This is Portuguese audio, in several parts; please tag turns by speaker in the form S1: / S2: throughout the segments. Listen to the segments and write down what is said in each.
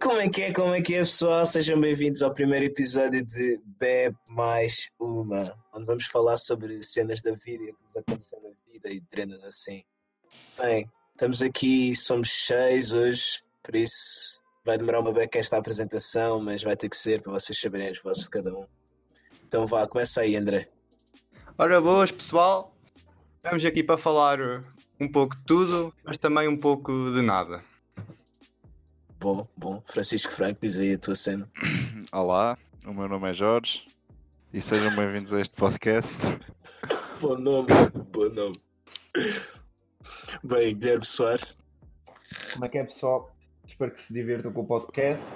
S1: Como é que é? Como é que é, pessoal? Sejam bem-vindos ao primeiro episódio de Beb Mais Uma, onde vamos falar sobre cenas da vida e o que nos aconteceu na vida e drenas assim. Bem, estamos aqui, somos seis hoje, por isso vai demorar uma beca esta apresentação, mas vai ter que ser para vocês saberem as vozes de cada um. Então vá, começa aí, André.
S2: Ora boas, pessoal. Estamos aqui para falar uh, um pouco de tudo, mas também um pouco de nada.
S1: Bom, bom. Francisco Franco, diz aí a tua cena.
S3: Olá, o meu nome é Jorge e sejam bem-vindos a este podcast.
S1: Bom nome, bom nome. Bem, Guilherme Soares.
S4: Como é que é, pessoal? Espero que se divirtam com o podcast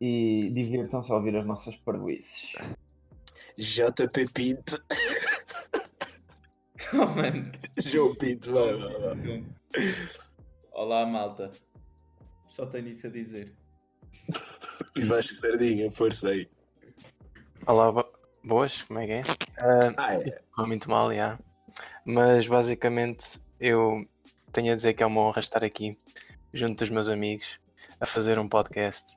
S4: e divirtam-se a ouvir as nossas parduices.
S1: JP Pinto.
S5: Oh, mano.
S1: João Pinto, vai, vai, vai.
S5: Olá, malta. Só tenho isso a dizer.
S1: E Vasco Sardinha, força aí.
S6: Olá, bo- boas, como é que é? Ah,
S1: Ah, é.
S6: Estou muito mal, já. Mas basicamente eu tenho a dizer que é uma honra estar aqui, junto dos meus amigos, a fazer um podcast.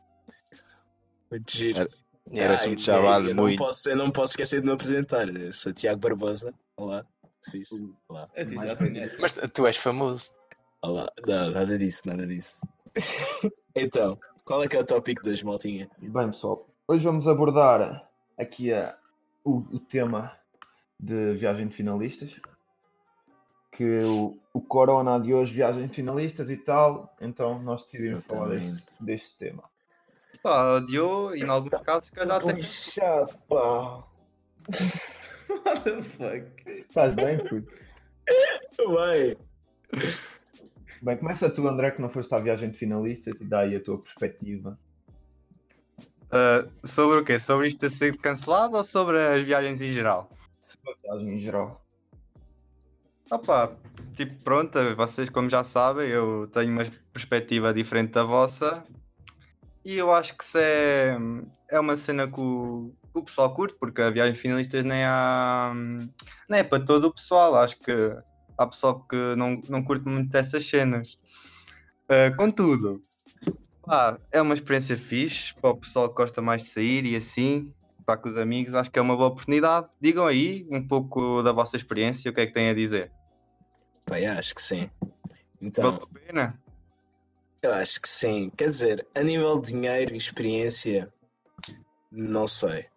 S1: Muito giro.
S6: Yeah.
S3: Era assunto já
S1: é,
S3: vale
S1: eu
S3: muito.
S1: Não posso, eu não posso esquecer de me apresentar. Eu sou Tiago Barbosa. Olá. te fiz? Olá.
S5: A ti
S4: Mais
S5: já tenho.
S6: Mas tu és famoso.
S1: Olá. Não, nada disso, nada disso. então, qual é que é o tópico 2, Maltinha?
S4: Bem, pessoal, hoje vamos abordar aqui a- o, o tema de viagem de finalistas. Que o, o Corona de hoje, viagem de finalistas e tal. Então, nós decidimos falar deste,
S1: Exatamente.
S4: deste tema.
S2: Pá, odiou e em alguns casos, se calhar até.
S1: Puxado, pá.
S5: What the fuck?
S4: Estás bem, puto?
S1: Vai.
S4: Bem, começa tu, André, que não foste à viagem de finalistas e dá aí a tua perspectiva.
S2: Ah, sobre o quê? Sobre isto ter sido cancelado ou sobre as viagens em geral?
S4: sobre a viagem em geral.
S2: Ah pá, tipo, pronto, vocês como já sabem, eu tenho uma perspectiva diferente da vossa e eu acho que isso é, é uma cena que o, que o pessoal curte, porque a viagem de finalistas nem, há, nem é para todo o pessoal, acho que há pessoal que não, não curte muito dessas cenas. Ah, contudo, pá, é uma experiência fixe para o pessoal que gosta mais de sair e assim, estar com os amigos, acho que é uma boa oportunidade. Digam aí um pouco da vossa experiência, o que é que têm a dizer.
S1: Bem, acho que sim. Então,
S2: Valeu a pena?
S1: Eu acho que sim. Quer dizer, a nível de dinheiro e experiência, não sei.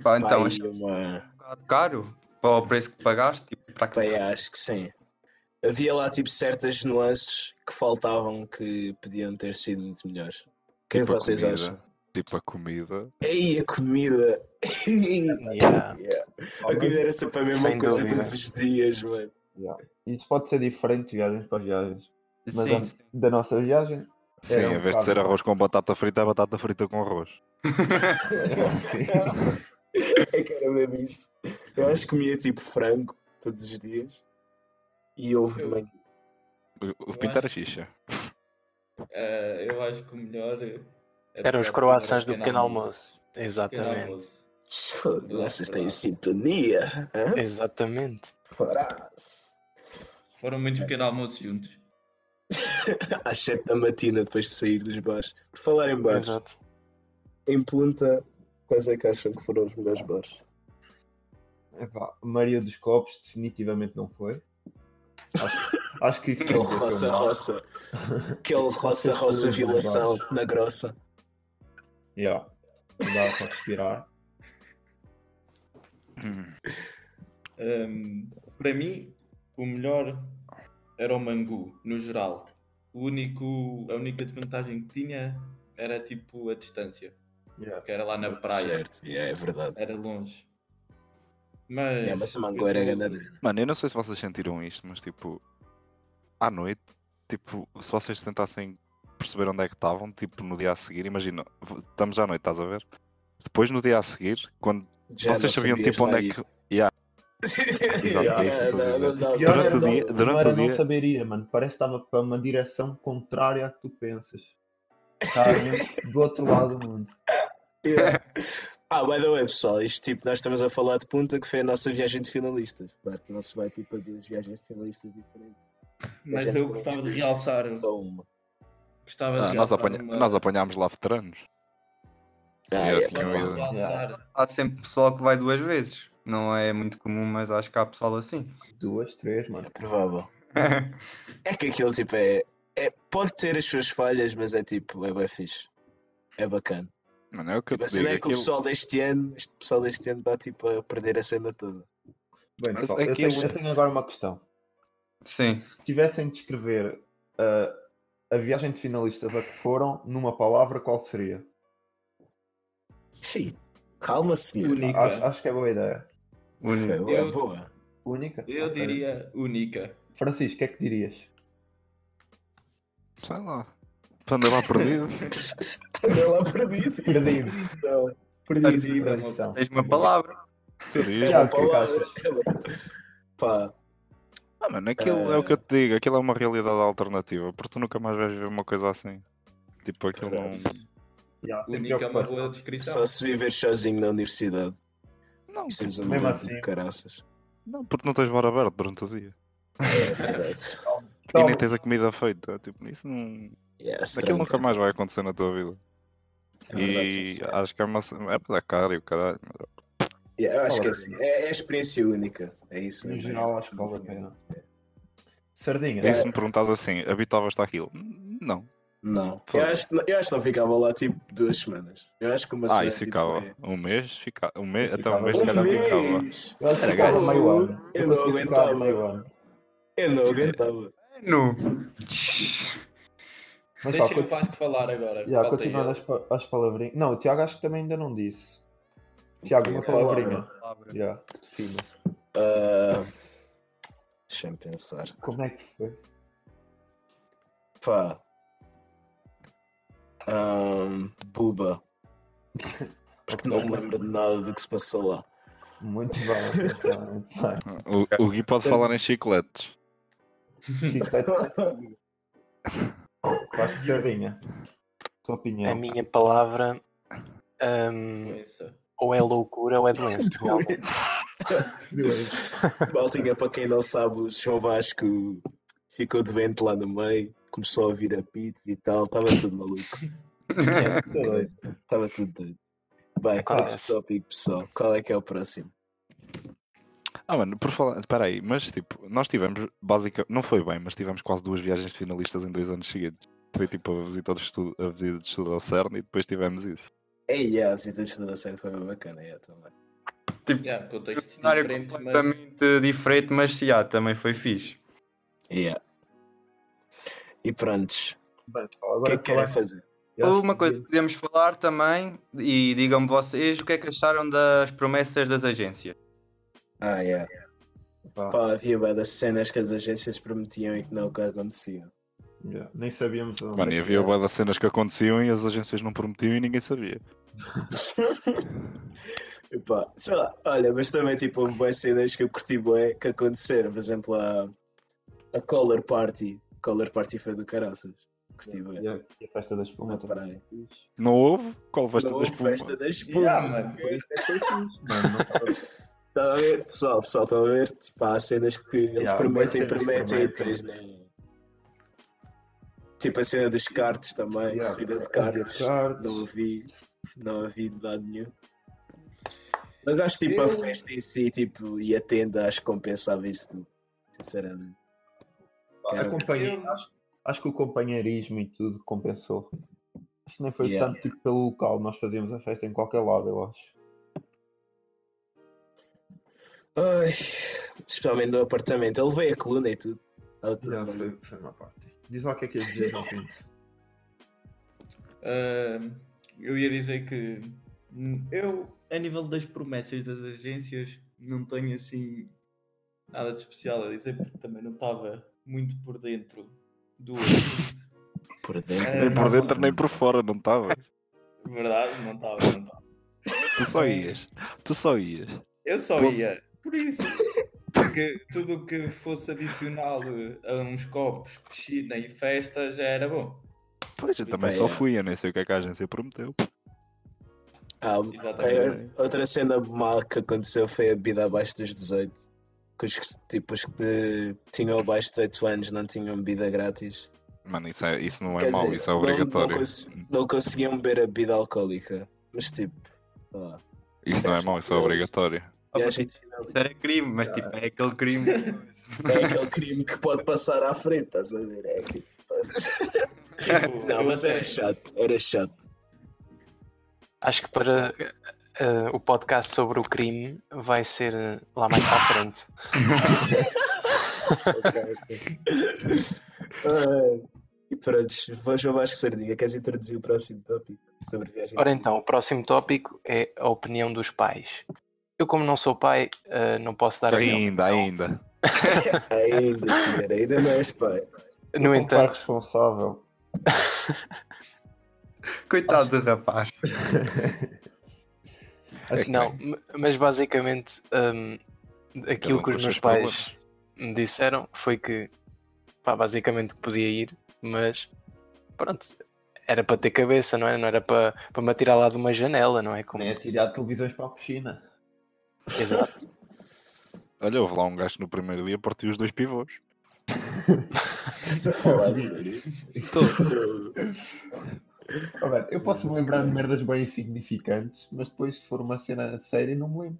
S2: Pá, então,
S1: Vai
S2: acho que é
S1: uma...
S2: um bocado caro para o preço que pagaste. Tipo, para que...
S4: é,
S1: Bem, acho que sim. Havia lá tipo certas nuances que faltavam que podiam ter sido muito melhores. O que é que
S3: Tipo a
S1: vocês
S3: comida.
S1: acham?
S3: Tipo a comida.
S1: Ei, a comida!
S6: Yeah.
S1: A comida era sempre a mesma
S6: Sem
S1: coisa
S6: dúvida.
S1: todos os dias, mano.
S4: Isso pode ser diferente de viagens para viagens. Mas é um
S2: Sim,
S4: a-
S2: sim.
S4: da nossa viagem,
S1: É,
S3: Sim,
S4: um
S3: em vez de ser
S4: bocado-
S3: arroz com batata frita, é batata frita com arroz.
S4: é assim.
S1: É que era mesmo isso. Eu acho que comia tipo frango todos os dias e ovo de
S5: Eu-
S1: manhã.
S3: O, o
S5: Eu
S3: pinto era
S5: acho-
S3: xixa.
S5: Ah, eu acho que o melhor. é
S6: Eram os croissants do pequeno almoço. Exatamente.
S1: Vocês têm sintonia? Hã?
S6: Exatamente.
S1: Parás.
S5: Foram muitos
S1: É.
S5: pequeno almoços juntos.
S1: Às 7 da matina, depois de sair dos bares. Por falar em bares,
S6: Exato.
S1: em Punta, quais é que acham que foram os melhores bares?
S4: Epá, Maria dos Copos definitivamente não foi. Acho, acho que isso
S1: Aquele
S4: não aconteceu mal.
S1: roça-roça. Aquele roça-roça
S4: Vocês todos
S1: violação
S4: os bares.
S1: na grossa.
S4: Yeah. Não dá para respirar.
S3: Hum.
S5: Ahm, Ehm, para mim, o melhor era o Mangu, no geral. O único, a única desvantagem que tinha era tipo a distância,
S4: Yeah.
S5: que era lá na praia,
S1: Certo, yeah, é verdade.
S5: era longe. Mas.
S1: É, mas o Mangu era grande.
S3: Mano, eu não sei se vocês sentiram isto, mas tipo, à noite, tipo, se vocês tentassem perceber onde é que estavam, tipo, no dia a seguir, imagina, v- estamos à noite, estás a ver? Depois no dia a seguir, quando
S1: Já
S3: vocês
S1: não
S3: sabiam
S1: sabias
S3: tipo onde
S1: daí.
S3: é que. Yeah, Exato, é isso que eu
S1: Yeah,
S3: estou a dizer.
S1: não, não, não.
S4: Pior é
S3: Durante o
S4: era
S3: dia-
S4: não-
S3: durante
S4: não era
S3: o dia-
S4: não saberia, mano. Parece que estava para uma direção contrária à que tu pensas. Estava mesmo do outro lado do mundo.
S1: Yeah. Ah, by the way, pessoal, isto tipo, nós estamos a falar de Punta, que foi a nossa viagem de finalistas. Claro que não se vai
S4: é
S1: tipo a duas viagens de finalistas diferentes.
S5: Mas
S1: Gente,
S5: eu gostava de realçar
S1: Só uma.
S5: Gostava
S3: Ah,
S5: de
S3: nós,
S5: gastar
S3: apanha-
S5: uma-
S3: nós apanhámos lá veteranos.
S1: Ah,
S3: eu
S1: é,
S3: tinha
S1: pá,
S5: uma-
S3: ido.
S5: uma-
S4: Yeah.
S2: Há sempre pessoal que vai duas vezes. Não é muito comum, mas acho que há pessoal assim.
S4: Duas, três, mano.
S1: é provável. É que aquilo tipo é, é- Pode ter as suas falhas, mas é tipo, é bem fixe. É bacana.
S3: Mano, é o que eu
S1: Tipo,
S3: te
S1: a cena
S3: digo.
S1: é que o
S3: aquilo-
S1: pessoal deste ano, este pessoal deste ano está tipo a perder a cena toda.
S4: Bem,
S3: Mas é
S4: pessoal, eu,
S3: aquilo-
S4: tenho, eu tenho agora uma questão.
S2: Sim.
S4: Se tivessem de escrever ah, a viagem de finalistas a que foram numa palavra, qual seria?
S1: Xiii, calma, senhor.
S5: Única.
S4: Acho, acho que é boa ideia. Hum,
S1: É
S2: Único.
S1: boa, é
S5: Eu-
S1: boa.
S4: Única?
S5: Eu
S4: Ok.
S5: diria única.
S4: Francisco, o que é que dirias?
S3: Sei lá. Andei lá perdido.
S1: Ela é perdido.
S4: Perdido.
S1: Não,
S5: Perdida, uma-
S4: Tradição.
S2: Tens uma palavra.
S3: Tu dizes.
S1: É uma
S4: Tiago, o que é que
S1: palavra.
S4: achas?
S1: Pá,
S3: Ah, mano, aquilo é o que eu te digo, aquilo é uma realidade alternativa, porque tu nunca mais vais ver uma coisa assim. Tipo, aquilo não.
S4: Yeah, sem
S5: Única é uma boa
S4: preocupação.
S5: descrição.
S1: Então. só se viver sozinho na universidade.
S3: Não,
S1: Isso é
S3: tipo,
S1: um
S4: Mesmo
S1: mundo
S4: assim.
S1: de caraças.
S3: não, porque não tens bar aberto durante o dia.
S1: É verdade.
S3: E
S4: Então,
S3: nem tens a comida feita. Tipo, isso não.
S1: Yeah,
S3: Aquilo
S1: estranho.
S3: nunca mais vai acontecer na tua vida.
S1: É verdade, sim,
S3: E
S1: sim.
S3: acho que é uma. É para cara e o caralho. mas-
S1: Yeah, eu acho que é
S4: Vale a
S1: assim. É, é a experiência única. É isso
S4: no
S1: mesmo.
S4: geral, acho que vale a pena. Sardinha,
S1: É.
S3: E se me perguntas assim, habitavas-te àquilo? Não.
S1: Não.
S3: Pô.
S1: Eu acho, que não- eu acho que não ficava lá tipo duas semanas. Eu acho que uma
S3: Ah,
S1: semana.
S3: isso
S1: tipo,
S3: ficava.
S1: é-
S3: Um mês, fica... um mês...
S4: Eu
S3: até um
S4: ficava.
S3: mês se
S1: Um
S3: calhar ficava.
S1: mês!
S4: eu acho que
S3: Era
S4: ficava
S1: gajo.
S4: meio ano.
S1: Eu
S4: Eu
S1: não
S4: consegui ficar
S1: aguentava.
S4: meio ano.
S1: Eu não aguentava.
S2: No.
S4: Mas
S5: Deixa
S4: pá,
S5: o Vasco falar agora.
S4: Yeah,
S5: falta
S4: continuando
S5: ele.
S4: as, pa- as palavrinhas. Não, o Tiago acho que também ainda não disse. Tiago, uma
S2: é
S1: Tiago.
S4: palavrinha.
S2: Palavra. Um
S4: Yeah, que defina.
S1: Ah, Deixa-me pensar.
S4: Como é que foi?
S1: Pá. Ahm, buba. Porque não me lembro de nada do que se passou lá.
S4: Muito bem. então, muito bem.
S3: O, o Gui pode falar em chicletes.
S4: Chiclete, Vasco Sardinha. Tua opinião.
S6: A minha palavra hum,
S5: Doença.
S6: ou é loucura ou é doença. realmente.
S1: Baltinha, para quem não sabe, o João Vasco ficou doente lá no meio, começou a vir a pizza e tal, estava tudo maluco. Estava tudo doido. Bem, qual é o
S6: Acontece.
S1: tópico, pessoal? Qual é que é o próximo?
S3: Ah, mano, por falar. Espera aí, mas tipo, nós tivemos, basicamente. Não foi bem, mas tivemos quase duas viagens de finalistas em dois anos seguidos. Foi tipo a visita, de estudo, a visita de estudo ao CERN e depois tivemos isso.
S1: Ei, yeah, a visita de estudo da série foi bem bacana, yeah, também.
S5: Yeah, contextos
S2: cenário
S5: diferentes, mas-
S2: completamente diferente, mas se há, também foi fixe.
S1: Yeah. E prontos,
S4: Bem, pessoal,
S1: o que é
S4: agora
S1: que querem
S4: falar-
S1: fazer?
S4: eu acho
S2: Uma
S4: que
S2: coisa que podemos falar também, e digam-me vocês o que é que acharam das promessas das agências.
S1: Ah, yeah.
S4: Pá,
S1: Pá, havia bué das cenas que as agências prometiam e que não nunca aconteciam.
S4: yeah, Nem sabíamos onde
S3: Mano,
S4: é
S3: e
S4: que
S3: havia
S4: era.
S3: boas das cenas que aconteciam e as agências não prometiam e ninguém sabia.
S1: E pá, sei lá, olha, mas também tipo, houve boas cenas que eu curti bué que aconteceram. Por exemplo, a, a Color Party. Color Party foi do caraças. Curti bué.
S4: E a- e a festa da espuma
S1: Não
S4: também.
S1: parei.
S3: Não houve? Qual festa
S1: Não
S3: das
S1: houve festa
S3: pumas?
S1: das
S5: Yeah,
S1: pumas.
S5: mano.
S4: Mano, não tava-
S1: Estão a ver, pessoal, pessoal, estão a ver? Tipo, há cenas que eles
S4: Yeah,
S1: prometem,
S4: há cenas que
S1: prometem e depois
S4: prometem.
S1: não. Tipo a cena dos cartos também,
S4: Yeah,
S1: corrida de
S4: corrida de
S1: cartos.
S4: cartos.
S1: Não vi, não vi de lado nenhum. Mas acho que tipo, a
S5: Eu-
S1: festa em si tipo, e a tenda acho que compensava isso tudo, sinceramente.
S4: Pá,
S1: Era-
S4: acompanhei-
S5: Eu-
S4: acho, acho que o companheirismo e tudo compensou. Acho que nem foi
S1: Yeah.
S4: tanto tipo, pelo local, nós fazíamos a festa em qualquer lado, eu acho.
S1: Ai, especialmente no apartamento. Ele veio a coluna e tudo. Estava tudo
S4: Já
S1: maluco.
S4: foi, foi uma parte. Diz lá o que é que ias dizer, João Pinto.
S5: Ahm, ah, eu ia dizer que hum, eu, a nível das promessas das agências, não tenho assim nada de especial a dizer, porque também não estava muito por dentro do assunto.
S1: por dentro.
S5: É,
S3: Nem por
S5: Nossa.
S3: dentro nem por fora, não estavas.
S5: Verdade, não estava, não estava.
S3: Tu só
S1: É.
S3: ias. Tu só ias.
S5: Eu só
S3: Bom.
S5: ia. Por isso. Porque tudo o que fosse adicional eh, a uns copos, piscina e festa já era bom.
S3: Pois, eu também
S1: Bem,
S3: só
S1: é.
S3: fui, eu nem sei o que é que a agência prometeu.
S1: Ah,
S5: Exatamente.
S1: é, outra cena má que aconteceu foi a bebida abaixo dos 18. Que os que, tipo, os que tinham abaixo de 18 anos não tinham bebida grátis.
S3: Mano, isso, é- isso não é
S1: Quer
S3: mau,
S1: dizer,
S3: isso é
S1: não-
S3: obrigatório.
S1: Não, cons- não conseguiam beber a bebida alcoólica, mas tipo. sei lá,
S3: Isso não é mau, isso é obrigatório.
S2: Ah, mas
S1: viagem de
S2: isso
S1: finalista.
S2: era crime, mas tipo, é aquele crime.
S1: É aquele crime que pode passar à frente, estás a ver? É aquele-
S5: Tipo,
S1: Não,
S5: eu
S1: mas
S5: até-
S1: era chato, era chato.
S6: Acho que para eh, o podcast sobre o crime vai ser eh, lá mais para a frente.
S1: Ah, e pronto, vamos ao Vasco Sardinha. Queres introduzir o próximo tópico sobre viagem?
S6: Ora então, o próximo tópico é a opinião dos pais. Eu, como não sou pai, eh, não posso dar a minha
S3: Ainda,
S6: opinião.
S3: ainda.
S1: Ainda, senhor, ainda não és pai.
S6: No
S4: Um pai
S6: entanto,
S4: responsável.
S2: Coitado do rapaz.
S4: Acho que
S6: Não, ma- mas basicamente hum,
S3: Cada um
S6: aquilo que
S3: com os
S6: os meus
S3: seus
S6: pais me disseram foi que pá, basicamente podia ir, mas pronto, era para ter cabeça, não é? Não era para, para me atirar lá de uma janela, não é? Como...
S4: Nem é tirar televisões para a piscina.
S6: Exato.
S3: Olha, houve lá um gajo que no primeiro dia partiu os dois pivôs.
S1: Estás a falar sério?
S4: Ah, velho, eu posso me lembrar de merdas bem insignificantes, mas depois se for uma cena séria não me lembro.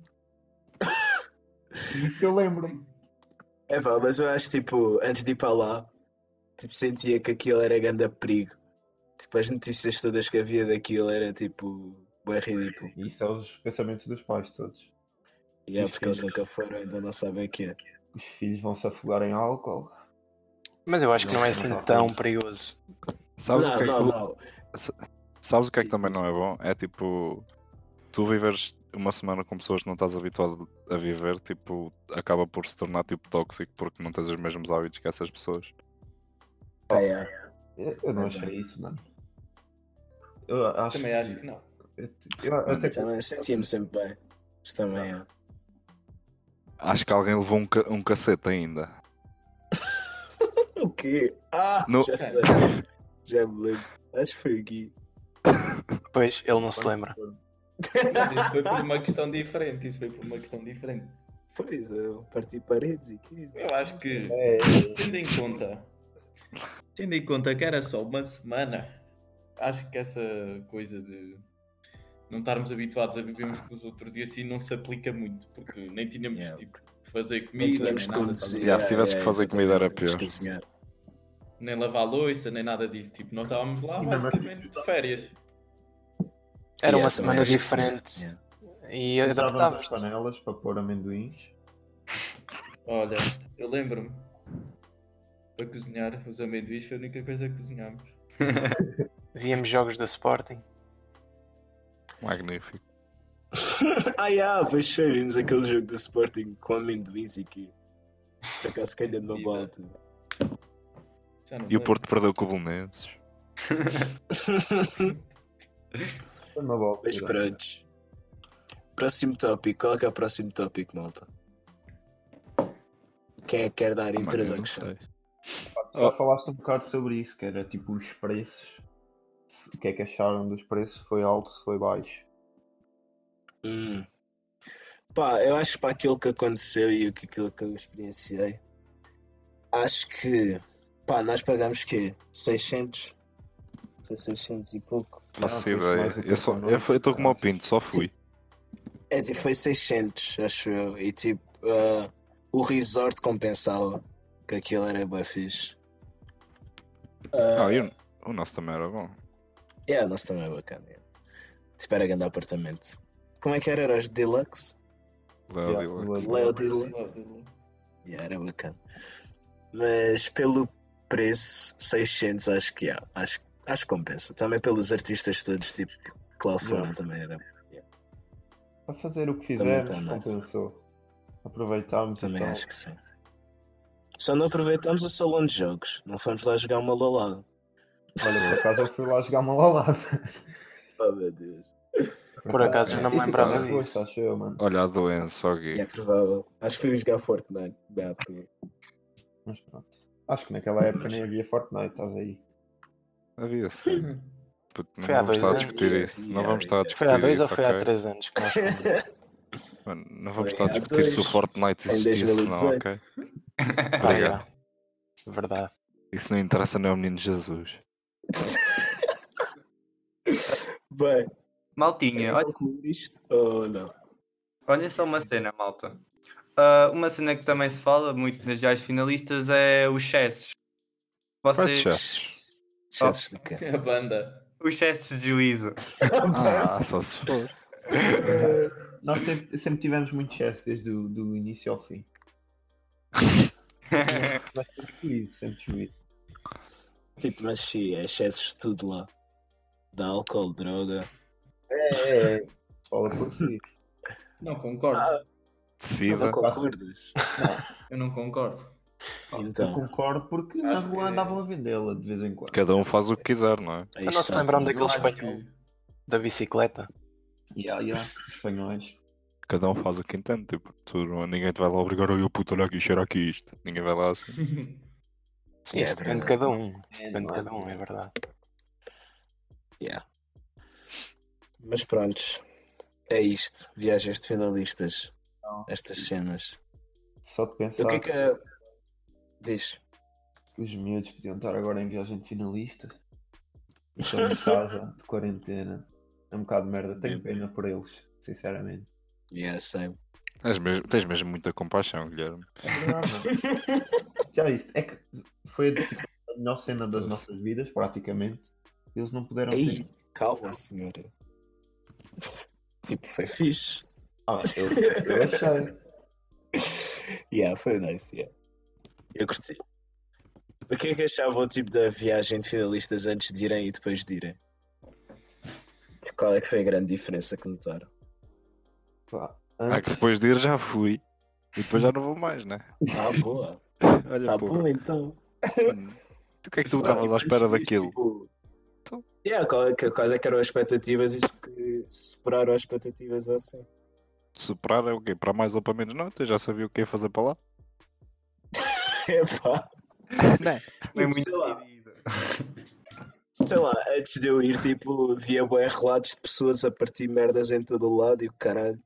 S4: Isso eu lembro.
S1: É pá, mas eu acho tipo, antes de ir para lá, tipo, sentia que aquilo era grande perigo. Tipo, as notícias todas que havia daquilo era tipo, bem ridículo.
S4: E isso é os pensamentos dos pais todos.
S1: E é porque eles
S4: Sim.
S1: nunca foram, ainda não sabem o que é.
S4: Os filhos vão se afogar em álcool.
S6: Mas eu acho que não é assim
S4: Não, não.
S6: tão perigoso.
S3: Sabes, o
S1: não,
S3: que é,
S1: não,
S3: o-
S1: não.
S3: sabes o que é que também não é bom? É tipo, tu viveres uma semana com pessoas que não estás habituado a viver, tipo, acaba por se tornar tipo tóxico porque não tens os mesmos hábitos que essas pessoas.
S1: Ah, é.
S4: Eu, eu não
S1: Mas é.
S4: achei isso, mano. Eu acho
S5: Também acho que não.
S4: Eu, eu- eu até
S1: é. Também sentia-me sempre bem. Isto também é.
S3: Acho que alguém levou um, ca- um cacete ainda.
S1: O quê? Ah,
S3: No-
S1: já sei. Já me lembro. Acho que foi o Gui.
S6: Pois, ele não se lembra.
S5: Mas isso foi por uma questão diferente. Isso foi por uma questão diferente.
S1: Pois, eu parti paredes e quê?
S5: Eu acho que,
S4: É,
S5: tendo em conta, tendo em conta que era só uma semana, acho que essa coisa de não estarmos habituados a vivermos com os outros e assim não se aplica muito, porque nem tínhamos
S1: Yeah.
S5: tipo, de fazer
S1: Não
S5: comida, nem
S1: tínhamos de
S5: nada,
S1: conduzir.
S3: Yeah, se tivesse que fazer comida era
S1: exatamente,
S3: pior.
S1: tínhamos que cozinhar.
S5: nem lavar louça, nem nada disso. Tipo, nós estávamos lá
S4: E mesmo assim,
S5: basicamente de férias.
S6: Era uma
S1: Yeah, é, também
S6: semana
S1: acho que sim.
S6: diferente
S1: Yeah.
S6: e
S4: usávamos as
S6: adaptávamos.
S4: panelas para pôr amendoins.
S5: Olha, eu lembro-me para cozinhar os amendoins foi a única coisa que cozinhámos.
S6: Víamos jogos do Sporting.
S3: Magnífico.
S1: Ah, yeah, pois foi, vimos aquele jogo do Sporting com amendoins e que por acaso calhou numa boa altura.
S5: Já não
S3: E o
S5: lembro.
S3: Porto perdeu com o Belenenses.
S4: Foi uma boa
S1: Mas
S4: altura.
S1: pronto. Próximo tópico, qual é que é o próximo tópico, malta? Quem é que quer dar
S3: Mano, eu não
S1: introduction?
S3: sei.
S4: Já falaste um bocado sobre isso, que era tipo os preços. Se- O que é que acharam dos preços? se Foi alto, se foi baixo.
S1: Hum. Pá, eu acho que para aquilo que aconteceu e o que- aquilo que eu experienciei, acho que, pá, nós pagamos quê? 600? Foi 600 e pouco.
S3: Faço
S4: Não,
S3: ideia.
S4: isso mais o
S3: Eu só-
S4: Capitão Norte,
S3: eu estou com uma
S4: caralho.
S3: pinto, só fui.
S1: É, tipo, foi 600, acho eu. E tipo, ah, o resort compensava, que aquilo era bem fixe.
S3: Não, eu- o nosso também era bom.
S1: É, a nossa também é bacana. é. Tipo, era grande apartamento. Como é que era? Era os deluxe?
S3: Leo
S4: Yeah,
S3: Dillard.
S4: Leo
S1: Leo Deluxe. Yeah, era bacana. Mas pelo preço, 600 acho que há. Acho, acho que compensa. Também pelos artistas todos tipo, que lá foram
S4: Yeah.
S1: também era.
S4: Para fazer o que
S1: Também
S4: fizemos,
S1: tá nice.
S4: compensou. Aproveitámos
S1: Também
S4: então.
S1: acho que sim. Só não aproveitámos o salão de jogos. Não fomos lá jogar uma lolada.
S4: Olha, por acaso eu fui lá jogar uma lalada.
S1: Oh meu Deus.
S6: Por acaso eu não me
S4: E tu
S6: lembrava
S4: também
S6: disso.
S4: foste, acho eu, mano.
S3: Olha a doença, ó Gui.
S1: É provável. Acho que fui jogar Fortnite. é? Dá pra-
S4: Mas pronto. Acho que naquela época nem havia Fortnite, estás aí.
S3: Havia sim. Puto, Não
S6: Foi há
S3: vamos
S6: dois
S3: estar a
S6: anos.
S3: discutir isso. Não
S1: Yeah,
S3: vamos estar a
S1: yeah.
S3: discutir
S6: Foi há dois
S3: isso.
S6: ou foi há
S3: ok?
S6: três anos que nós fomos?
S3: Mano, não vamos
S1: Foi
S3: estar a
S1: há
S3: discutir se o
S1: dois,
S3: Fortnite
S1: em
S3: existisse, não, ok?
S1: 2018.
S6: Ah,
S3: Obrigado.
S6: yeah. Verdade.
S3: Isso não interessa, não é o menino Jesus.
S1: Bem, é
S2: Maltinha, olha,
S1: concluir isto ou não?
S2: olha só uma cena, malta. Ah, uma cena que também se fala muito nas viagens finalistas é os excessos.
S3: Quais
S2: Vocês,
S3: excessos?
S1: Já se explica.
S5: A banda.
S2: os excessos de juízo.
S3: Ah, só se for.
S4: Nós te- sempre tivemos muito excesso desde o do início ao fim. Nós sempre juízo, sempre juízo.
S1: Tipo, mas sim, é excessos de tudo lá. De álcool, droga.
S4: É, é, fala por si.
S5: Não concordo.
S1: Eu
S3: Decida.
S1: não concordas?
S5: Eu não concordo.
S4: Eu
S1: Então,
S4: concordo porque na
S5: Acho
S4: rua
S5: que-
S4: andavam a vendê-la de vez em quando.
S3: Cada um faz o que quiser, não é?
S1: aí
S6: Então não se
S1: está.
S6: lembraram daquele
S5: Eu acho
S6: espanhol
S5: que-
S6: da bicicleta?
S4: Yeah, yeah. Os espanhóis.
S3: Cada um faz o que entende. Tipo, tu, não- ninguém te vai lá obrigar a puto, olha aqui, cheira aqui isto. Ninguém vai lá assim.
S6: Sim, isso
S1: Yeah,
S6: depende de cada um. Isso
S1: É,
S6: depende de
S1: não é?
S6: cada um, é verdade.
S1: Mas prontos, é isto. Viagens de finalistas.
S4: Não.
S1: Estas cenas.
S4: Só de
S1: E
S4: pensar
S1: o que é
S4: que,
S1: que. é- Diz.
S4: os miúdos podiam estar agora em viagem de finalista. E Estão em casa, de quarentena. É um bocado de merda. Tenho pena por eles, sinceramente.
S1: Yeah, same.
S3: Tens mesmo, tens mesmo muita compaixão, Guilherme.
S4: É verdade, não. Já isto. É que foi tipo, a melhor cena das nossas vidas, praticamente. Eles não puderam ter
S1: Ei, calma, senhora. Tipo, foi fixe.
S4: Ah, eu, eu achei.
S1: Yeah, foi nice, yeah. Eu curti. O que é que achavam tipo da viagem de finalistas antes de irem e depois de irem? Tipo, Qual é que foi a grande diferença que notaram?
S4: Pá,
S3: Ah, que
S4: antes,
S3: depois de ir já fui. E depois já não vou mais, né?
S1: Ah, boa.
S3: Olha,
S1: Tá
S3: porra.
S1: bom então.
S3: Mano, Tu o que é que tu Tipo, estavas à espera daquilo? Então.
S1: Tipo, Yeah, qual é que- quais é que eram as expectativas e se que superaram as expectativas ou assim?
S3: Superar é o quê? Para mais ou para menos? Não, tu já sabia o que ia fazer para lá?
S1: Epá,
S2: É
S3: Né?
S1: Tipo, Sei
S2: muito
S1: lá.
S2: querido.
S1: sei lá, antes de eu ir, tipo, via bué relatos de pessoas a partir merdas em todo o lado e o caralho.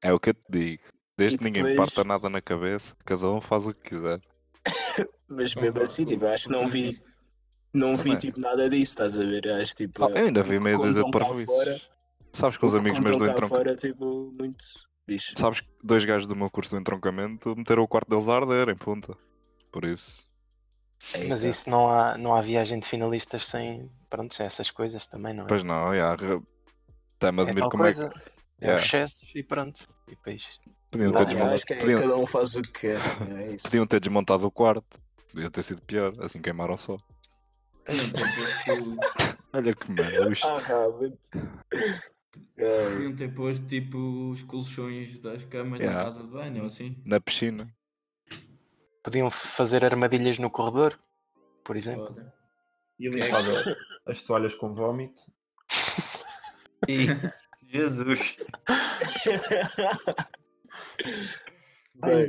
S3: É o que eu te digo. Desde
S1: E
S3: que ninguém
S1: depois-
S3: parta nada na cabeça, cada um faz o que quiser.
S1: Mas mesmo
S5: Concordo.
S1: assim, tipo, acho que não vi, não vi
S3: Também.
S1: tipo, nada disso, estás a ver? Acho tipo.
S3: Ah, eu ainda vi
S1: o que
S3: meia dúzia
S1: contam
S3: de
S1: cá fora-
S3: parvoíces. Sabes que os
S1: o que
S3: amigos meus
S1: contam
S3: do
S1: cá fora,
S3: entroncamento...
S1: tipo, muito bicho.
S3: Sabes que dois gajos do meu curso do entroncamento meteram o quarto deles a arder em punta. Por isso...
S6: Mas
S1: Eita.
S6: isso não há, não há viagem de finalistas sem, pronto, sem essas coisas também, não é?
S3: Pois não, já... re- Até me
S6: é
S3: admiro
S6: tal
S3: como
S6: coisa,
S3: é que...
S6: é os
S3: Yeah.
S6: excessos e pronto. E depois,
S3: Podiam
S6: Não,
S1: Ah,
S3: ter
S6: eu
S1: eu
S3: desmontado-
S1: acho que é,
S3: tipo, podiam-
S1: cada um faz o que quer, não é isso.
S3: podiam ter desmontado o quarto. Podia ter sido pior, assim queimaram só.
S5: Tem um tempo que-
S3: Olha que merda, os-
S1: Ah, realmente. É,
S5: Podiam ter posto tipo os colchões das camas
S3: Yeah.
S5: na casa de banho ou assim.
S3: na piscina.
S6: podiam fazer armadilhas no corredor, por exemplo.
S5: Olha. E ali
S4: quem
S5: é
S4: faz a- as toalhas com vómito.
S2: E- Jesus.
S4: Ai,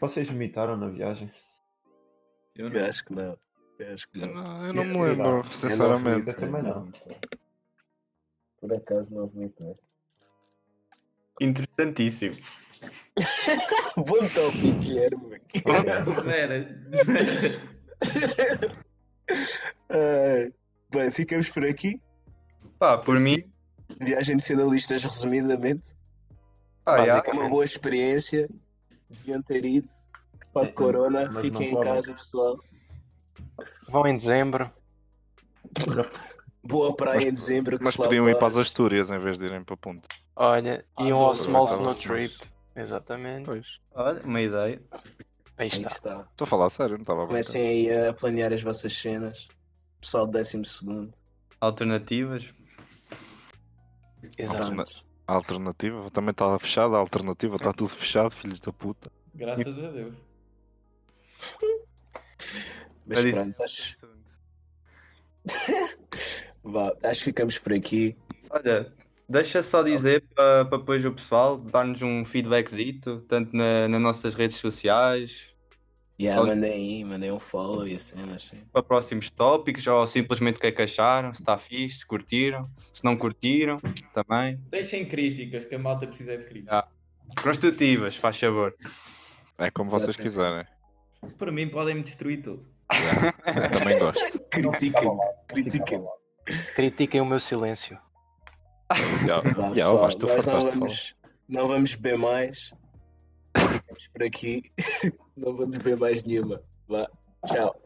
S4: vocês vomitaram na viagem?
S5: eu
S1: Eu
S5: não.
S1: acho que não. Eu acho que
S3: Eu
S1: não.
S3: não, eu
S4: Sim,
S3: não
S4: sim,
S3: me lembro,
S4: dá.
S3: sinceramente.
S4: Eu também não.
S1: Por acaso não é? vomitei.
S2: Interessantíssimo.
S1: Vou então, Guilherme.
S4: Ok.
S5: Espera.
S1: Ah, Bem, ficamos por aqui.
S2: Pá, por mim,
S1: Viagem de finalistas, resumidamente.
S2: pá, já.
S6: Basicamente.
S1: É Uma boa experiência. Deviam ter ido. Para
S4: É,
S1: Corona,
S4: mas
S1: fiquem em
S4: não podem.
S1: casa, pessoal.
S6: Vão em dezembro,
S1: Boa praia em
S3: Mas-
S1: dezembro. que
S3: Mas
S1: se lá
S3: podiam ir para as
S1: faz.
S3: Astúrias em vez de irem para a Ponte.
S6: olha,
S1: Ah,
S6: iam
S1: não,
S6: ao Small
S3: aproveitava-se
S6: Snow
S3: mais.
S6: Trip. Exatamente.
S3: Pois.
S2: Olha, uma ideia.
S6: Aí
S1: Aí
S6: está.
S1: está.
S3: Estou a falar sério, não estava a brincar.
S1: Comecem aí a planear as vossas cenas. Pessoal do décimo segundo.
S2: Alternativas.
S6: Exato.
S3: Alterna- A alternativa também está fechada, a alternativa está tudo fechado, filhos da puta.
S5: Graças a Deus.
S1: Mas
S2: Era
S1: pronto, acho,
S2: isso.
S1: vá, acho que ficamos por aqui.
S2: Olha, deixa só
S1: Tá
S2: dizer para depois o pessoal dar-nos um feedbackzito, tanto na, nas nossas redes sociais,
S1: Yeah,
S2: Ok.
S1: mandei aí, mandei um follow e assim, assim.
S2: para próximos tópicos, ou simplesmente o que é que acharam, se está fixe, se curtiram, se não curtiram, também.
S5: Deixem críticas, que a malta precisa de críticas.
S2: Ah. Construtivas, faz favor.
S3: É como vocês
S1: Exatamente.
S3: quiserem.
S5: Para mim, podem-me destruir tudo.
S3: Eu também gosto.
S1: Critiquem, critiquem.
S4: Ficava lá.
S6: Critiquem o meu silêncio.
S3: Já,
S1: Vá,
S3: já
S1: pessoal,
S3: vais tu
S1: nós não
S3: fartaste de falar.
S1: vamos, não vamos beber mais. Ficamos por aqui. Não vamos beber mais nenhuma. Vá, tchau.